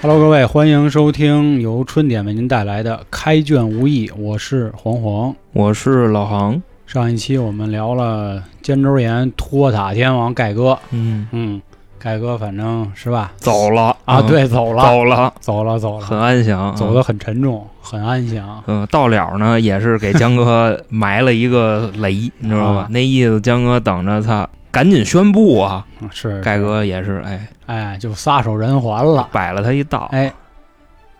Hello，各位，欢迎收听由春点为您带来的《开卷无益》，我是黄黄。我是老航，上一期我们聊了尖州岩托塔天王盖哥，嗯，嗯，盖哥反正是吧？走了啊，嗯对，走了，走了，走了，走了，很嗯安详，走得很沉重，很安详。嗯，嗯，到了呢，也是给江哥埋了一个雷，你知道吧啊？那意思，江哥等着他赶紧宣布啊！嗯是盖，哥也是，哎，哎，就撒手人寰了。摆了他一道，哎，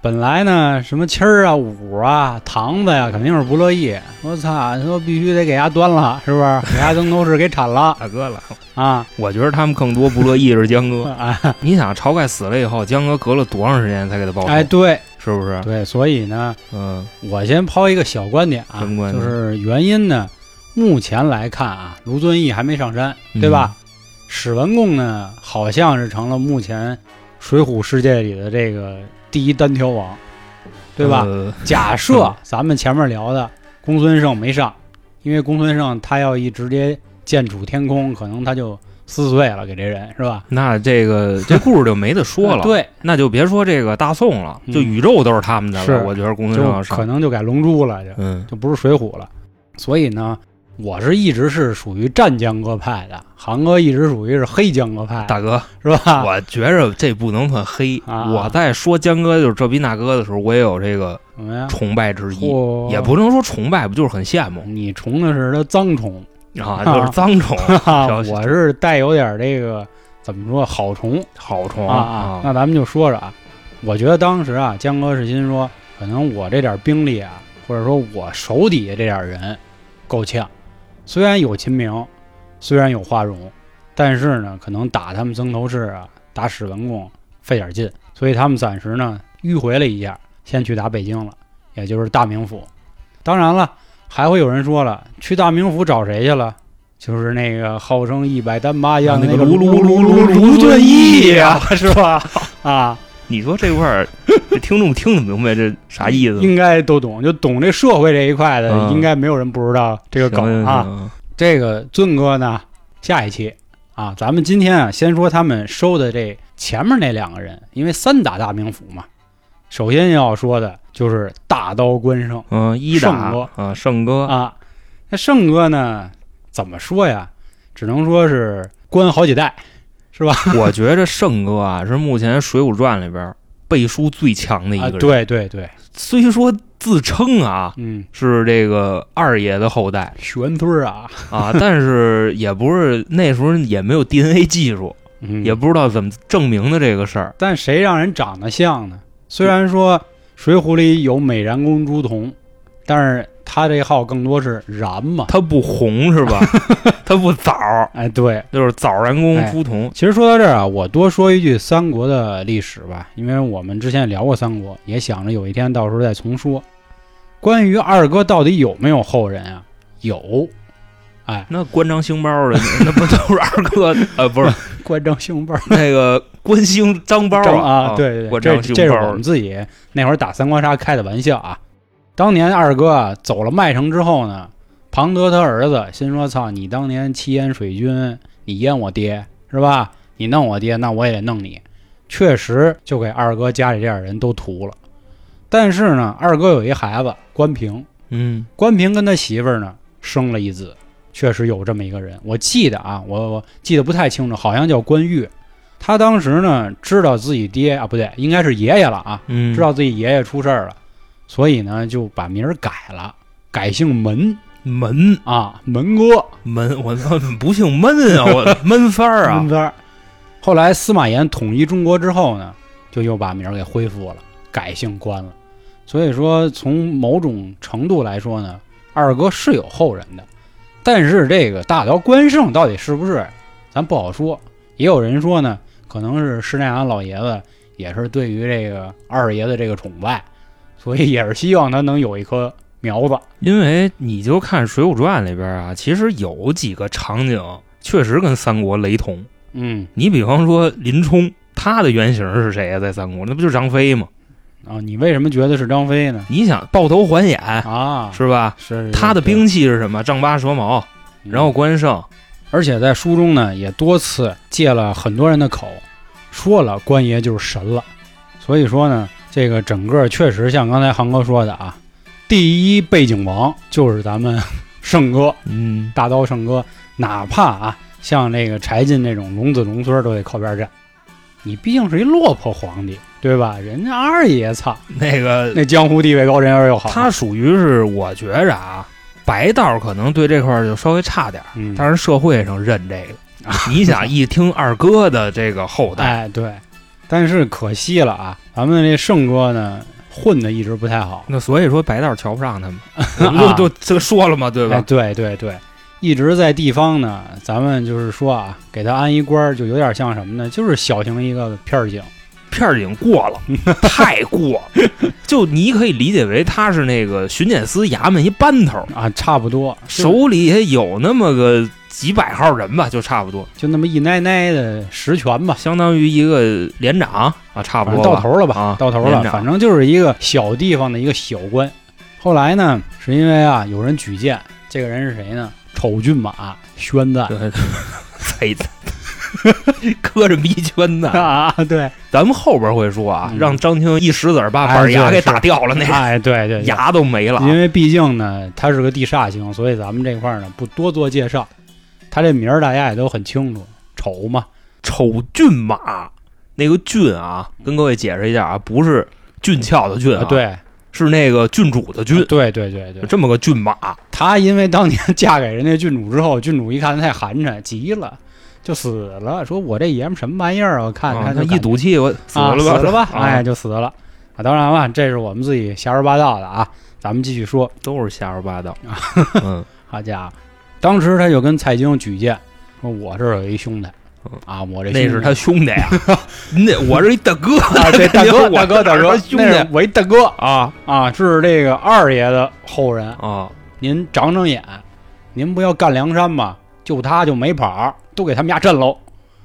本来呢，什么七儿啊、五啊、堂子呀、肯定是不乐意。我操，说必须得给伢端了，是不是？给伢扔头市给铲了大哥了。 啊！我觉得他们更多不乐意是 江哥。啊，你想，晁盖死了以后，江哥隔了多长时间才给他报仇？哎，对是不是？对，所以呢，嗯我先抛一个小观点啊什么，观就点是原因呢，目前来看啊，卢遵义还没上山，对吧？嗯史文恭呢，好像是成了目前《水浒》世界里的这个第一单挑王，对吧？呃假设 咱们前面聊的公孙胜没上，因为公孙胜他要一直接剑杵天空，可能他就撕碎了，给这人是吧？那这个 这故事就没得说了。对，那就别说这个大宋了，嗯就宇宙都是他们的了。是我觉得公孙胜要就上，可能就改龙珠了，就嗯就不是水浒了。所以呢，我是一直是属于战江哥派的，韩哥一直属于是黑江哥派，大哥，是吧？我觉着这不能算黑。啊我在说江哥就是这逼那哥的时候，我也有这个什么呀？崇拜之意，嚯也不能说崇拜，不就是很羡慕你虫的是他脏虫，啊？就是脏虫、消息我是带有点这个怎么说好虫，好虫啊啊！那咱们就说说啊，我觉得当时啊，江哥是心说，可能我这点兵力啊，或者说我手底下这点人，够呛。虽然有秦明，虽然有花荣，但是呢，可能打他们曾头市啊，打史文恭费点劲，所以他们暂时呢迂回了一下，先去打北京了，也就是大名府。当然了，还会有人说了，去大名府找谁去了？就是那个号称一百单八样的啊那个卢卢卢卢卢卢卢卢卢卢俊俊义义呀啊，是吧？啊，你说这块儿，这听众听得明白这啥意思吗？应该都懂，就懂这社会这一块的，嗯应该没有人不知道这个梗啊。行，行行这个尊哥呢，下一期啊，咱们今天啊，先说他们收的这前面那两个人，因为三打大名府嘛，首先要说的就是大刀关胜嗯，一打胜哥啊，胜哥，啊。那胜哥呢，怎么说呀？只能说是官好几代，我觉着胜哥啊是目前《水浒传》里边儿背书最强的一啊个，人。对对对，虽说自称啊嗯，是这个二爷的后代玄村儿啊， 啊，但是也不是那时候也没有 DNA 技术，嗯，也不知道怎么证明的这个事儿。但谁让人长得像呢？虽然说《水浒》里有美髯公朱仝，但是他这号更多是然嘛。他不红 是吧？他不枣儿，哎，对，就是枣然公哎朱仝。其实说到这儿啊，我多说一句三国的历史吧，因为我们之前聊过三国，也想着有一天到时候再重说。关于二哥到底有没有后人啊？有，哎，那关张兴包的，那不都是二哥？ 呃，不是关张兴包那个关兴张包张啊，啊，对对对，关这张这兴是包我们自己那会儿打三国杀开的玩笑啊。当年二哥啊走了麦城之后呢，庞德他儿子心说：“操，你当年欺淹水军，你淹我爹是吧？你弄我爹，那我也得弄你。”确实就给二哥家里这点人都屠了。但是呢，二哥有一孩子关平，嗯，关平跟他媳妇儿呢生了一子，确实有这么一个人。我记得啊，我我记得不太清楚，好像叫关羽。他当时呢知道自己爹啊，不对，应该是爷爷了啊，嗯，知道自己爷爷出事儿了，所以呢就把名儿改了，改姓门门啊，门哥门，我操，怎么不姓闷 啊？我闷三儿啊门，字儿。后来司马炎统一中国之后呢，就又把名儿给恢复了，改姓关了。所以说，从某种程度来说呢，二哥是有后人的，但是这个大辽关胜到底是不是，咱不好说。也有人说呢，可能是施耐庵老爷子也是对于这个二爷的这个崇拜，所以也是希望他能有一棵苗子。因为你就看《水浒传》里边啊，其实有几个场景确实跟三国雷同。嗯，你比方说林冲，他的原型是谁呀、在三国，那不就是张飞吗？啊，你为什么觉得是张飞呢？你想抱头还眼啊，哎是吧？是他的兵。兵器是什么？丈八蛇矛，嗯然后关胜，而且在书中呢，也多次借了很多人的口，说了关爷就是神了，所以说呢，这个整个确实像刚才航哥说的啊，第一背景王就是咱们 圣哥嗯，大刀圣哥，哪怕啊像这个柴进这种龙子龙孙儿都得靠边站，你毕竟是一落魄皇帝，对吧？人家二爷操， 那个那江湖地位高，人缘又好，他属于是我觉着啊，白道可能对这块儿就稍微差点儿，嗯，啊但是社会上认这个。你想一听二哥的这个后代，哎对，但是可惜了啊，咱们这圣哥呢混的一直不太好，那所以说白道瞧不上他 们，啊都都这个说了嘛，对哎，吧？对对对，一直在地方呢，咱们就是说啊，给他安一官儿，就有点像什么呢？就是小型一个片儿警。片儿警 过了，太过了，就你可以理解为他是那个巡检司衙门一班头，啊，差不多，就手里也有那么个几百号人吧，就差不多，就那么一奶奶的实权吧，相当于一个连长啊，差不反多正吧到头了吧，啊到头了，连长反正就是一个小地方的一个小官。后来呢，是因为啊，有人举荐，这个人是谁呢？丑骏马宣赞对，贼子，磕这么一圈子。 啊，对，咱们后边会说啊，嗯让张青一石子儿把哎板牙是给是打掉了，那哎，对 对，对牙都没了啊。因为毕竟呢，他是个地煞星，所以咱们这块儿呢不多做介绍。他这名儿大家也都很清楚，丑嘛，丑骏马，那个骏啊，跟各位解释一下啊，不是俊俏的俊、啊啊，，对，啊是那个郡主的郡，对对对对有。这么个骏马。她因为当年 嫁给人家郡主之后，郡主一看她太寒碜，急了，就死了，说我这爷们什么玩意儿啊？我看啊他就那一赌赌气，我死啊了死吧，了吧，啊哎，，就死了。啊，当然了，这是我们自己瞎说八道的啊。咱们继续说，都是瞎说八道。 嗯，好家伙，当时他就跟蔡京举荐，说我这儿有一兄弟嗯，啊，我这那兄是弟他兄弟 呀，那我是一大哥，啊，对，大哥，大哥，大我哥是他，兄那是弟我一大哥啊啊，是这个二爷的后人。啊，您长长眼，您不要干梁山吗？就他就没跑儿，都给他们家震喽。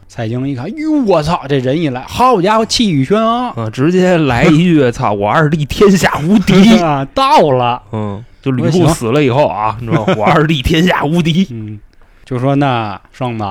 蔡京一看，哟，我操，这人一来，好家伙，气宇轩 昂啊直接来一句，操， 我二弟天下无敌。啊，到了。嗯，就吕我布行死了以后啊，你知道吗，我二弟天下无敌。嗯，就说那圣子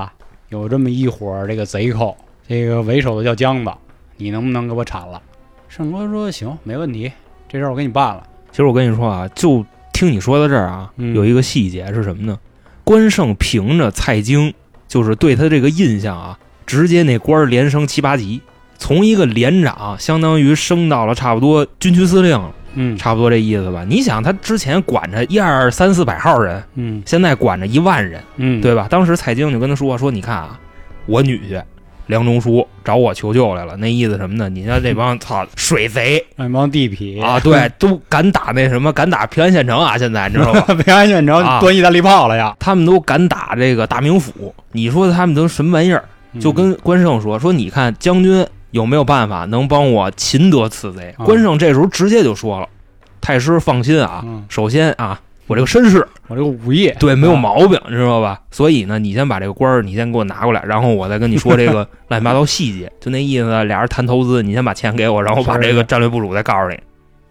有这么一伙儿这个贼寇，这个为首的叫姜子，你能不能给我铲了？圣哥说行，没问题，这事儿我给你办了。其实我跟你说啊，就听你说到这儿啊，嗯有一个细节是什么呢？关胜凭着蔡京，就是对他这个印象啊，直接那官儿连升七八级，从一个连长相当于升到了差不多军区司令，嗯差不多这意思吧？你想，他之前管着一二三四百号人，嗯现在管着一万人，嗯，对吧？当时蔡京就跟他说说，你看啊，我女婿。梁中书找我求救来了，那意思什么呢？你像这帮操水贼，那帮地痞 啊，对，都敢打那什么，敢打平安县城啊！现在你知道 吧？北安县城啊端意大利炮了呀，他们都敢打这个大名府，你说他们都什么玩意儿？嗯就跟关胜说说，你看将军有没有办法能帮我擒得此贼？啊关胜这时候直接就说了：“太师放心啊，嗯首先啊，我这个身世我这个武艺，对没有毛病，你知道吧？所以呢，你先把这个官儿你先给我拿过来，然后我再跟你说 这个乱七八糟细节，就那意思。俩人谈投资，你先把钱给我，然后把是这个战略部署再告诉你。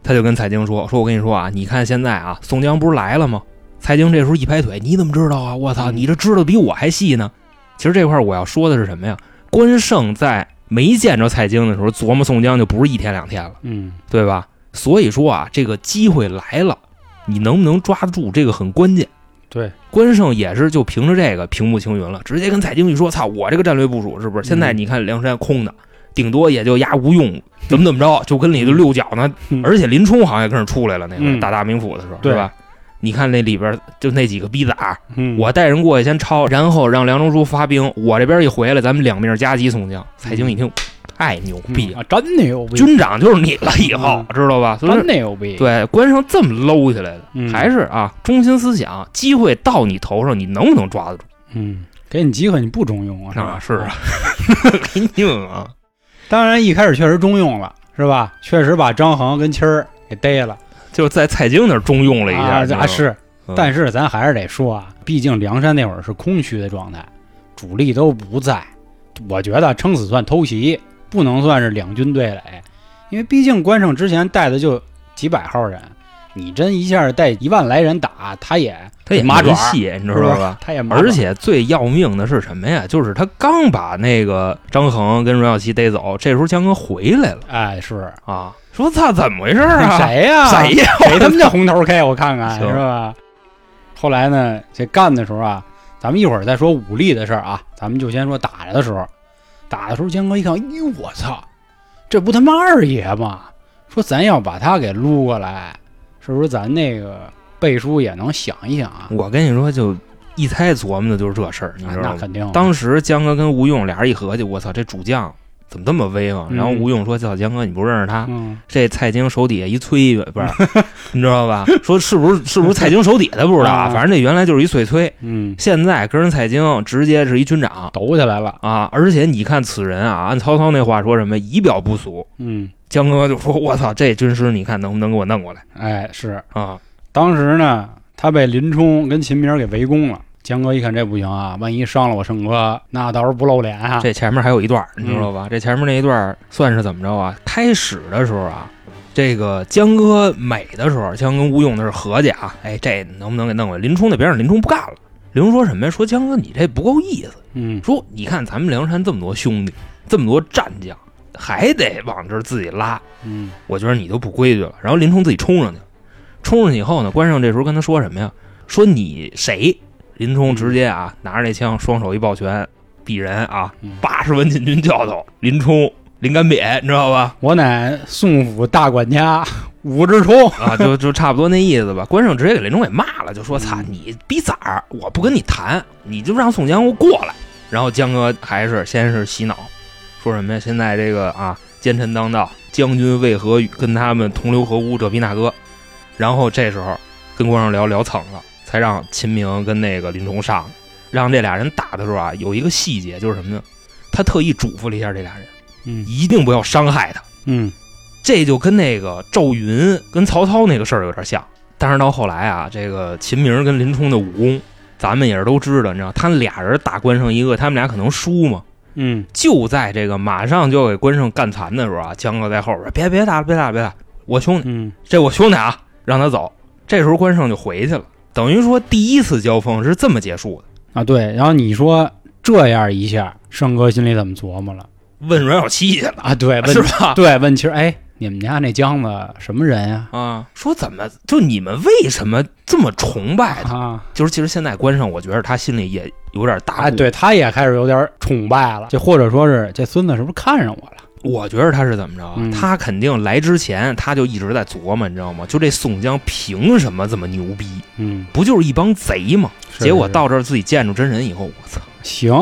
他就跟蔡京说：“说我跟你说啊，你看现在啊，宋江不是来了吗？”蔡京这时候一拍腿：“你怎么知道啊？我操，嗯你这知道比我还细呢！”其实这块儿我要说的是什么呀？关胜在没见着蔡京的时候，琢磨宋江就不是一天两天了。嗯对吧？所以说啊，这个机会来了，你能不能抓住这个很关键。对，关胜也是就凭着这个平步青云了，直接跟蔡京一说：“操，我这个战略部署是不是？现在嗯你看梁山空的，顶多也就压 吴用，怎么怎么着，就跟里头六角呢。嗯而且林冲好像也跟着出来了，那个、嗯打大名府的时候，对是吧？你看那里边就那几个逼崽儿，嗯，我带人过去先抄，然后让梁中书发兵，我这边一回来，咱们两面夹击宋江。蔡京一听，太牛嗯逼了，啊，真牛逼，军长就是你了，以后、嗯知道吧？所以说真牛逼，，对，关上这么搂起来的，嗯还是啊，中心思想，机会到你头上，你能不 能抓得住？嗯，给你机会你不中用啊，是吧？是啊，给你命啊！当然一开始确实中用了，是吧？确实把张衡跟七儿给逮了 就是在蔡京那儿中用了一下，啊你知道吗啊是，嗯但是咱还是得说啊，毕竟梁山那会儿是空虚的状态，主力都不在，我觉得撑死算偷袭，不能算是两军对垒，因为毕竟关胜之前带的就几百号人，你真一下带一万来人打，他也他也麻没爪，戏，你知是道吧？他也麻爪，而且最要命的是什么呀？就是他刚把那个张衡跟阮小七逮走，这时候江哥回来了哎是啊，说操，怎么回事 啊？谁呀、 谁呀？谁他妈叫红头 K？我看看行是吧？后来呢，这干的时候啊，咱们一会儿再说武力的事儿啊，咱们就先说打着的时候。打的时候，江哥一看，哟，我操，这不他妈二爷吗？说咱要把他给撸过来，是不是咱那个背书也能想一想啊？我跟你说，就一猜琢磨的嗯就是这事儿，你啊知道那吗？肯定啊，当时江哥跟吴用俩人一合计，我操，这主将怎么这么威风？嗯然后吴用说：“操，江哥，你不认识他？嗯，这蔡京手底下一崔，不是，你知道 吧？说是不是是不是蔡京手底下的不知道啊？啊反正那原来就是一碎崔，嗯，现在跟人蔡京直接是一军长抖起来了，啊！而且你看此人啊，按曹操那话说什么仪表不俗。”嗯，江哥就说：“我操，这军师你看能不能给我弄过来哎，是。啊？当时呢，他被林冲跟秦明给围攻了。江哥一看这不行啊，万一伤了我胜哥，那到时候不露脸啊。这前面还有一段儿，你知道吧？这前面那一段儿算是怎么着啊？开始的时候啊，这个江哥美的时候，江跟吴用那是合计啊，哎，这能不能给弄过来？林冲那边儿林冲不干了，林冲说什么呀？说江哥你这不够意思，嗯，说你看咱们梁山这么多兄弟，这么多战将，还得往这儿自己拉，嗯我觉得你都不规矩了。然后林冲自己冲上去了，冲上去以后呢，关胜这时候跟他说什么呀？说你谁？林冲直接啊拿着那枪，双手一抱拳，鄙人啊嗯，八十万禁军教头林冲林干瘪，你知道吧？我乃宋府大管家武志冲。啊，就就差不多那意思吧。关胜直接给林冲给骂了，就说：“嗯操你逼崽儿，我不跟你谈，你就让宋江给我过来。”然后江哥还是先是洗脑，说什么呀？现在这个啊，奸臣当道，将军为何与跟他们同流合污？这逼那哥。然后这时候跟关胜聊聊蹭了，才让秦明跟那个林冲上来，让这俩人打的时候啊，有一个细节就是什么呢？他特意嘱咐了一下这俩人，嗯一定不要伤害他。嗯这就跟那个赵云跟曹操那个事儿有点像。但是到后来啊，这个秦明跟林冲的武功，咱们也是都知道，你知道，他们俩人打关胜一个，他们俩可能输嘛。嗯就在这个马上就要给关胜干残的时候啊，江哥在后边儿别别打了，别打了，别打了，我兄弟，嗯这我兄弟啊，让他走。这时候关胜就回去了，等于说第一次交锋是这么结束的。啊，对。然后你说这样一下，胜哥心里怎么琢磨了问阮小七去了，啊？对，问是吧？对问其实，哎，你们家那姜子什么人呀、啊，说怎么就你们为什么这么崇拜哎他？啊？啊，就是其实现在关上，我觉得他心里也有点大。哎，，对，他也开始有点崇拜了，这或者说是这孙子是不是看上我了？我觉得他是怎么着啊？嗯他肯定来之前他就一直在琢磨，你知道吗？就这宋江凭什么这么牛逼？嗯，不就是一帮贼吗？是结果是到这儿自己见着真人以后，我操，行，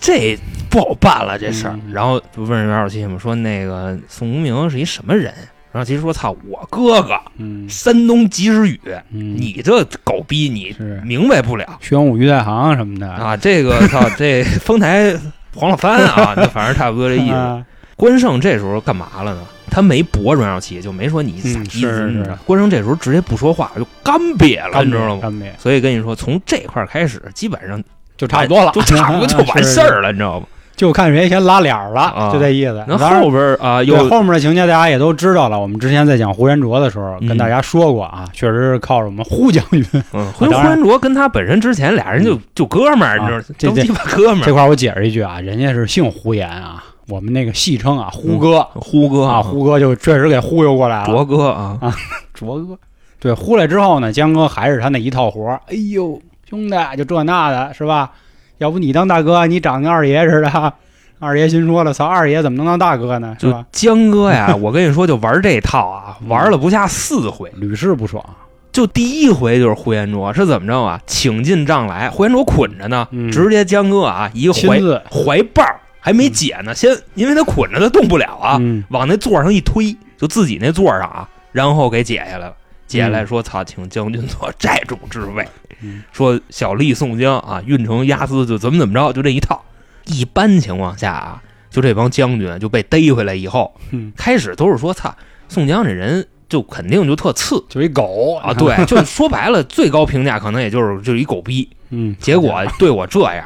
这不好办了这事儿。嗯然后就问阮小七嘛，说那个宋公明是一什么人？阮小七说：“操，我哥哥嗯山东及时雨，嗯，你这狗逼，你是明白不了。”玄武鱼太行什么的啊，这个操，这 丰台黄老三 啊，那反正差不多这意思。啊关胜这时候干嘛了呢？他没驳阮小七，就没说你傻嗯逼。是是你是知道关胜这时候直接不说话，就干瘪了，干你知道吗？干瘪所以跟你说，从这块儿开始，基本上就差不多了，哎就差不多就是完 事，儿了，你知道吗？是就看谁先拉脸儿啊了，就这意思。那当然后边儿啊，对又后面的情节大家也都知道了，我们之前在讲胡延灼的时候嗯跟大家说过啊，确实是靠着我们呼将军嗯，回啊当胡然安卓跟他本身之前俩人就就哥们儿，你知道啊吗，这都这鸡巴哥们这儿。块，我解释一句嗯啊，人家是姓胡延啊，我们那个戏称啊胡哥胡哥啊，胡哥就确实给忽悠过来了，嗯卓哥啊，卓哥。对，忽来之后呢，江哥还是他那一套活儿。哎呦，兄弟，就这那的，是吧？要不你当大哥，你长跟二爷似的。二爷心说了，操，二爷怎么能当大哥呢？是就吧？江哥呀，我跟你说，就玩这套啊，嗯玩了不下四回。屡试不爽。就第一回就是呼延灼是怎么着啊？请进帐来，呼延灼捆着呢，嗯直接江哥啊一个亲怀自怀抱还没解呢，先因为他捆着他动不了啊，嗯往那座上一推，就自己那座上啊，然后给解下来了。解下来说：“操，请将军做寨主之位。嗯说小吏宋江啊，运城押司就怎么怎么着，就这一套。一般情况下啊，就这帮将军啊就被逮回来以后，嗯，开始都是说：操，宋江这人就肯定就特次，就一狗啊，，对，就是说白了，最高评价可能也就是就是一狗逼，嗯，结果对我这样。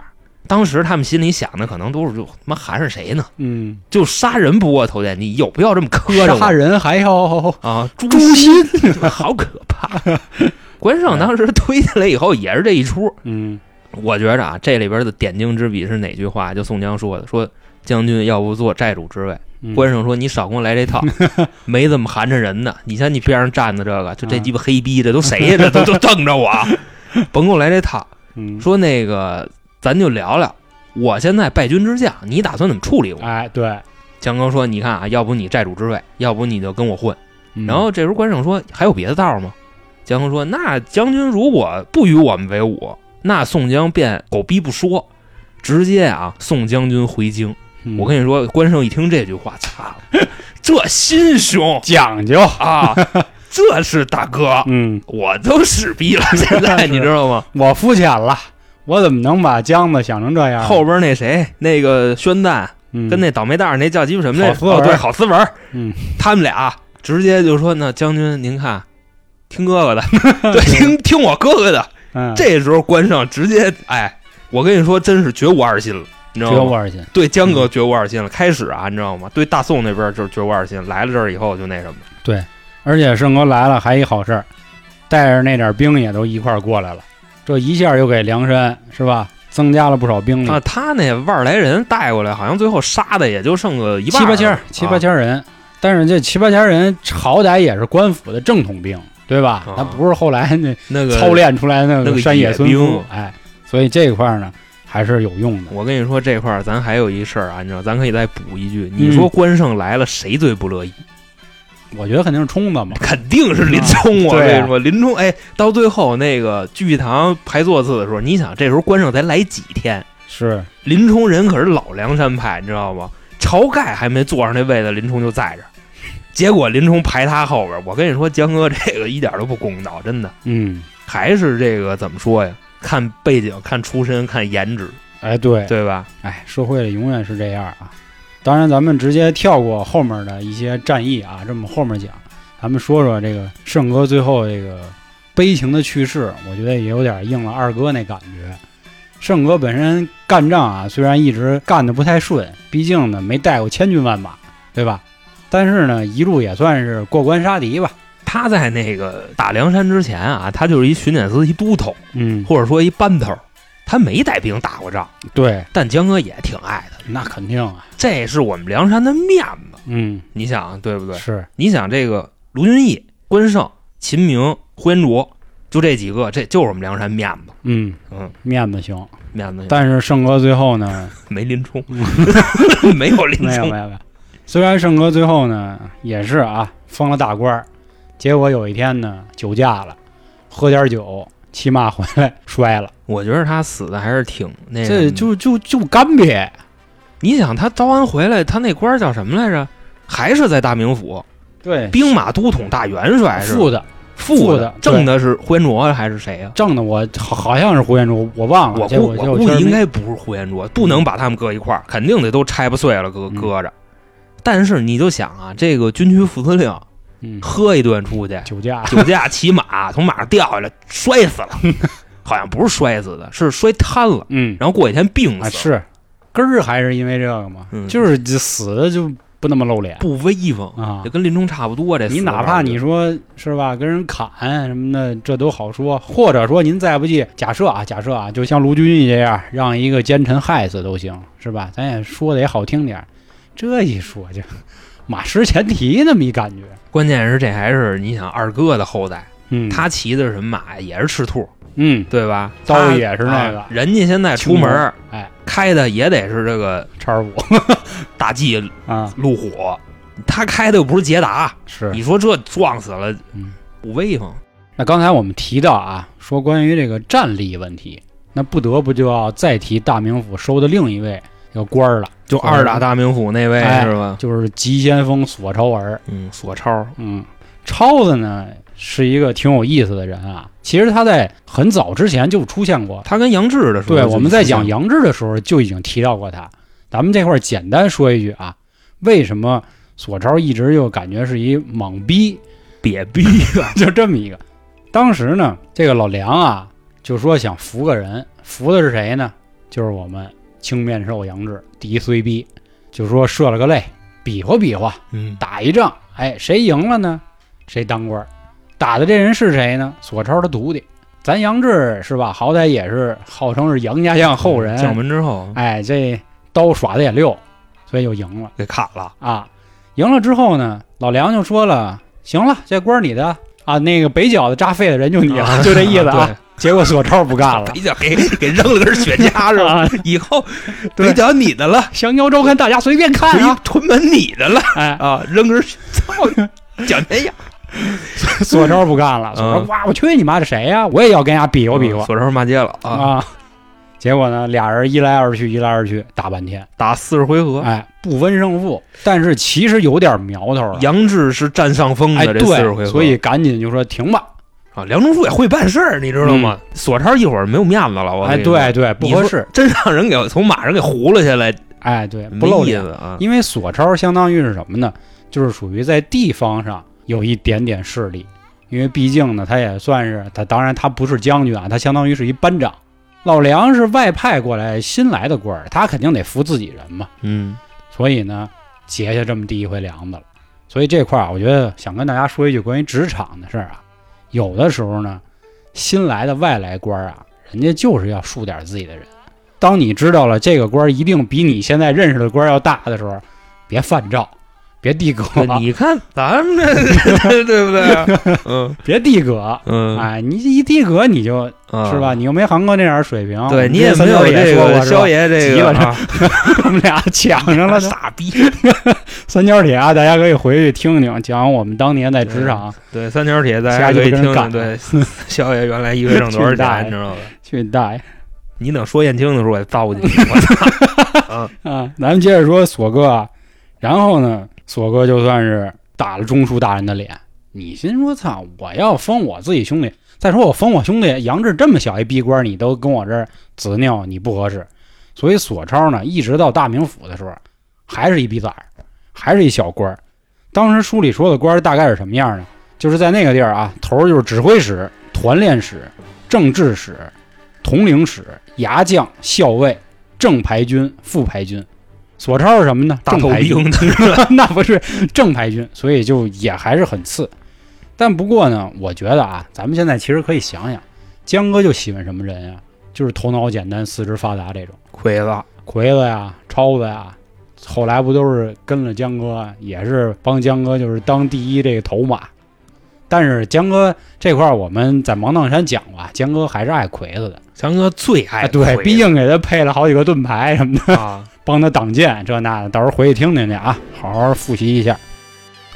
当时他们心里想的可能都是就他妈韩是谁呢？嗯，就杀人不过头点，你有必要这么磕碜杀我人还要啊？诛诛心， 好可怕！关胜当时推下来以后也是这一出，嗯我觉着啊，这里边的点睛之笔是哪句话？就宋江说的，说将军要不做寨主之位。嗯关胜说：“你少跟我 来这套，没怎么寒碜人呢。你像你边上站的这个，就这嗯鸡巴黑逼，这都谁 呀？这都都瞪着我，啊甭跟我来这套。嗯，说那个，咱就聊聊。我现在败军之将，你打算怎么处理我？”哎对，江哥说：“你看啊，要不你寨主之位，要不你就跟我混。”嗯然后这时候关胜说：“还有别的道吗？”江哥说：“那将军如果不与我们为伍，那宋江便狗逼不说，直接啊送将军回京。”嗯我跟你说，关胜一听这句话， 操，这心胸讲究， 啊，这是大哥，嗯，我都屎逼了，现在你知道吗？我肤浅了，我怎么能把姜子想成这样？后边那谁，那个宣旦嗯跟那倒霉蛋儿那叫鸡巴什么来郝思文着？哦，对，郝思文，嗯，他们俩直接就说：“那将军，您看，听 哥哥的，对，听听我哥哥的。”嗯这时候关胜直接，哎，我跟你说，真是绝无二心了，你知绝道无吗？二心，嗯对江哥绝无二心了。开始啊，你知道吗？对大宋那边就是绝无二心，来了这儿以后就那什么。而且圣哥来了还一好事儿，带着那点兵也都一块儿过来了，这一下又给梁山是吧增加了不少兵力，啊，他那万来人带过来，好像最后杀的也就剩个一半七儿八千了儿啊七八千儿人，但是这七八千儿人好歹也是官府的正统兵，对吧啊？他不是后来那啊那个操。练出来的那个山野野孙夫兵，哎，所以这一块儿呢还是有用的。我跟你说这块儿，咱还有一事儿啊，你知道，咱可以再补一句。嗯你说关胜来了，谁最不乐意？我觉得肯定是冲的嘛，肯定是林冲啊我对啊跟你说，林冲，哎，到最后那个聚义堂排座次的时候，你想这时候关胜才来几天，是林冲人可是老梁山派，你知道吗？晁盖还没坐上那位子，林冲就在这儿。结果林冲排他后边儿，我跟你说，江哥这个一点都不公道，真的。嗯，还是这个怎么说呀？看背景、看出身、看颜值，哎对，对吧？哎，社会里永远是这样啊。当然，咱们直接跳过后面的一些战役啊，这么后面讲，咱们说说这个圣哥最后这个悲情的去世，我觉得也有点应了二哥那感觉。圣哥本身干仗啊，虽然一直干的不太顺，毕竟呢没带过千军万马，对吧？但是呢，一路也算是过关杀敌吧。他在那个打梁山之前啊，他就是一巡检司、一都头，嗯，或者说一班头，他没带兵打过仗，对，但江哥也挺爱他的，那肯定啊。这是我们梁山的面子。嗯，你想啊对不对？是，你想啊这个卢俊义、关胜、秦明、呼延灼，就这几个，这就是我们梁山面子，嗯，嗯，面子行。面子但是圣哥最后 呢，没林 冲，没有林没有冲，没有没有。虽然圣哥最后呢也是啊封了大官儿，结果有一天呢酒驾了，喝点酒骑马回来摔了，我觉得他死的还是挺那什么这的就就就干瘪。你想他招安回来，他那官儿叫什么来着？还是在大名府，对，兵马都统大元帅是副的副副哎的对正的是呼延灼啊还是谁呀、正的我好好像是胡彦珠，我忘了。我啊结估果结我果估确计实应没该不是呼延灼，不能把他们搁一块儿，肯定得都拆不碎了，搁嗯搁着。但是你就想啊，这个军区副司令嗯喝一顿出去，酒驾，酒驾骑马从马上掉下来 摔死了，好像不是摔死的，是摔瘫了，嗯然后过几天病啊死了，是根儿还是因为这个嘛，嗯就是这死的就不那么露脸不威风，啊就。跟林冲差不多。这你死哪法怕就你说是吧，跟人砍什么的，这都好说。或者说您再不济，假设啊，假设啊，就像卢俊义这样，让一个奸臣害死都行，是吧？咱也说的也好听点儿，这一说就马失前蹄那么一感觉。关键是这还是你想二哥的后代，嗯，他骑的是什么马？也是赤兔，嗯，对吧？刀他也是那个哎人家现在出门儿哎，开的也得是这个叉 五大 G 啊，路虎，他开的又不是捷达，是。你说这撞死了嗯，不威风？那刚才我们提到啊，说关于这个战力问题，那不得不就要再提大名府收的另一位叫官儿了，就二打大名府那位哎是吧？就是急先锋索超儿。嗯，索超，嗯，超子呢是一个挺有意思的人啊。其实他在很早之前就出现过，他跟杨志的时候，对，我们在讲，杨志的时候就已经提到过他。咱们这块儿简单说一句啊，为什么索超一直就感觉是一莽逼， 瘪逼啊，就这么一个。当时呢，这个老梁啊就说想扶个人，扶的是谁呢？就是我们青面兽杨志敌虽逼，就说设了个擂，比划比划，嗯，打一仗，哎，谁赢了呢，谁当官儿。打的这人是谁呢？索超的徒弟。咱杨志是吧？好歹也是号称是杨家将 后人，嗯将门之后哎，这刀耍的也溜，所以就赢了给砍了，啊。赢了之后呢，老梁就说了：“行了，这官儿你的啊，那个北角的扎肺的人就你了， 就这意思啊。”结果索超不干了 对，，一脚给给扔了根雪茄是吧？啊，以后对北角你的了， 《降妖周刊》大家随便看屯啊，屯门你的了哎，啊，扔根雪操蒋天亚，索超不干了，索超嗯哇，我去你妈，这谁呀、我也要跟人家比划比划、索超骂街了啊，啊。结果呢，俩人一来二去，一来二去，打半天，打四十回合，哎，不分胜负，但是其实有点苗头了。杨志是占上风哎，的这四十回对，合，所以赶紧就说停吧。啊，梁中书也会办事儿，你知道吗？索超一会儿没有面子了，我嗯哎，跟你说对，对，不你说合适。真让人给从马上给糊了下来，哎，对，不没露意脸。思啊。因为索超相当于是什么呢？就是属于在地方上有一点点势力，因为毕竟呢，他也算是他，当然他不是将军啊，他相当于是一班长。老梁是外派过来新来的官儿，他肯定得服自己人嘛， 嗯，所以呢，结下这么第一回梁子了。所以这块儿啊，我觉得想跟大家说一句关于职场的事儿啊，有的时候呢，新来的外来官儿啊，人家就是要树点自己的人。当你知道了这个官儿一定比你现在认识的官儿要大的时候，别犯照，别递葛，对你看咱们这 对不对？嗯别递葛。嗯，哎，你一递葛你就啊是吧？？你又没韩哥那点儿水平，对你也也没有这个肖萧，爷这个急了啊 我们俩抢上 了都。傻逼。三角铁啊，大家可以回去听听，讲我们当年在职场对三角铁，大瞎家鸡巴可以跟人听干听。对， 萧爷原来一个月挣多少巨大钱，你知道吧？去带你等说燕青的时候，我造你！我操！啊，啊。咱们接着说索哥啊，然后呢，索哥就算是打了中书大人的脸。你心说操，我要封我自己兄弟，再说我封我兄弟杨志这么小一逼官，你都跟我这儿执拗，你不合适。所以索超呢，一直到大名府的时候，还是一逼崽儿，还是一小官儿。当时书里说的官儿大概是什么样呢？就是在那个地儿啊，头儿就是指挥使、团练使、政治使、统领使、牙将、校尉、正牌军、副牌军。索超是什么呢？大正头牌军兵的 那不是正牌军，所以就也还是很次。但不过呢，我觉得啊，咱们现在其实可以想想，江哥就喜欢什么人呀、就是头脑简单、四肢发达这种鬼子，魁子呀、超子呀。后来不都是跟了江哥，也是帮江哥就是当第一这个头马。但是江哥这块儿，我们在芒砀山讲过啊，江哥还是爱魁子的。强哥最爱啊对，鬼毕子竟给他配了好几个盾牌什么的。啊，帮他挡箭，这那的，到时候回去听听去啊，好好复习一下。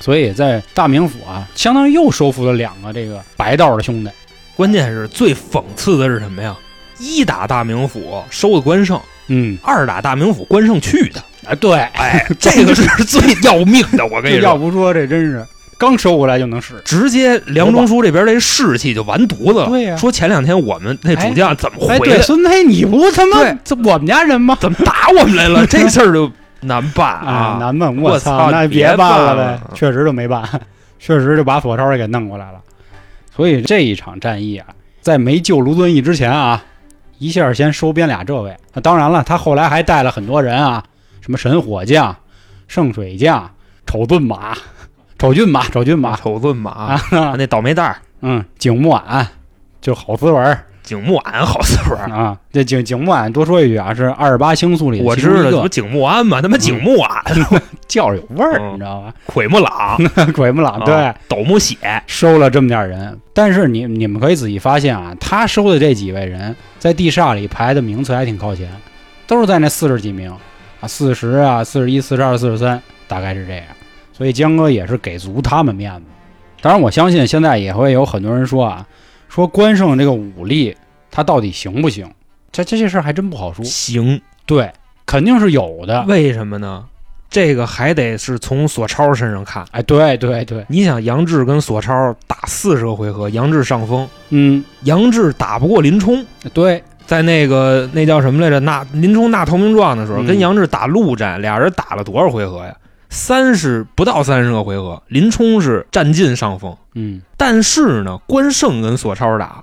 所以在大名府啊，相当于又收服了两个这个白道的兄弟， 关键是最讽刺的是什么呀？一打大名府收的关胜，嗯，二打大名府关胜去 的，啊，对，哎， 这个是 最要命的，我跟这你要说，不说这真是刚收回来就能使，直接梁中书这边这士气就完犊子了。对呀说前两天我们那主将怎么哎，回来，对，孙飞，你不他妈对这我们家人吗？怎么打我们 来了，这事儿就难办啊，啊。难办，我操，操那别别办了了呗，确实就没办，确实就把索超给弄过来了。所以这一场战役啊，在没救卢遵义之前啊，一下先收编俩这位。那当然了，他后来还带了很多人啊，什么神火将、圣水将、丑盾马、丑骏马、丑骏马，丑盾马啊那倒霉蛋儿，嗯，景木俺就郝思文儿景木俺好四 玩。啊。这景景木俺多说一句啊，是二十八星宿里的我其知中一道，这不个，嗯景木安吗？他妈景木俺， 叫着有味儿，嗯你知道吧？ 鬼木朗，鬼木朗对。啊，斗木血，收了这么点儿人，但是你你们可以仔细发现啊，他收的这几位人在地煞里排的名次还挺靠前，都是在那四十几名啊，四十啊，四十一、四十二、四十三，大概是这样。所以江哥也是给足他们面子。当然，我相信现在也会有很多人说啊，说关胜这个武力他到底行不行？这这这事儿还真不好说。行。对，肯定是有的。为什么呢？这个还得是从索超身上看。哎，对对对，你想，杨志跟索超打四十个回合，杨志上风，嗯，杨志打不过林冲，对，在那个那叫什么来着？纳林冲纳投名状的时候，嗯跟杨志打陆战，俩人打了多少回合呀？三十不到三十个回合，林冲是占尽上风。嗯，但是呢，关胜跟索超打，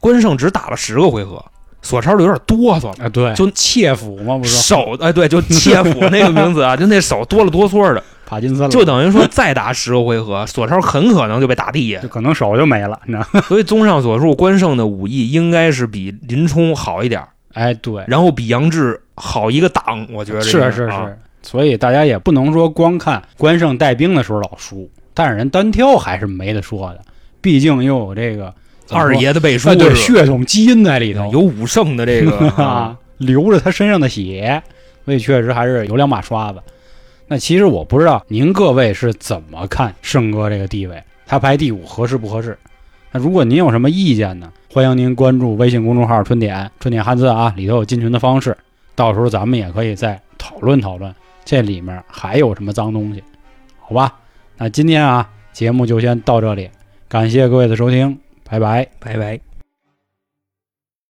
关胜只打了十个回合，索超就有点哆嗦了，啊，对，就切腹嘛，不是说手哎对，就切腹那个名 字啊，就那手哆了哆嗦的，帕金森了，就等于说再打十个回合，索超很可能就被打地下 就。可能手就没了，你知道？所以综上所述，关胜的武艺应该是比林冲好一点儿， 哎，对，然后比杨志好一个档，我觉得是是啊是，所以大家也不能说光看关胜带兵的时候老输，但是人单挑还是没得说的，毕竟又有这个怎么说二爷的背书哎，对，是吧血统基因在里头，有武圣的这个 啊啊，流着他身上的血，所以确实还是有两把刷子。那其实我不知道您各位是怎么看胜哥这个地位，他排第五合适不合适？那如果您有什么意见呢，欢迎您关注微信公众号“春点”，春点汉字啊，里头有进群的方式，到时候咱们也可以再讨论讨论这里面还有什么脏东西，好吧？那今天啊，节目就先到这里，感谢各位的收听，拜拜。拜拜。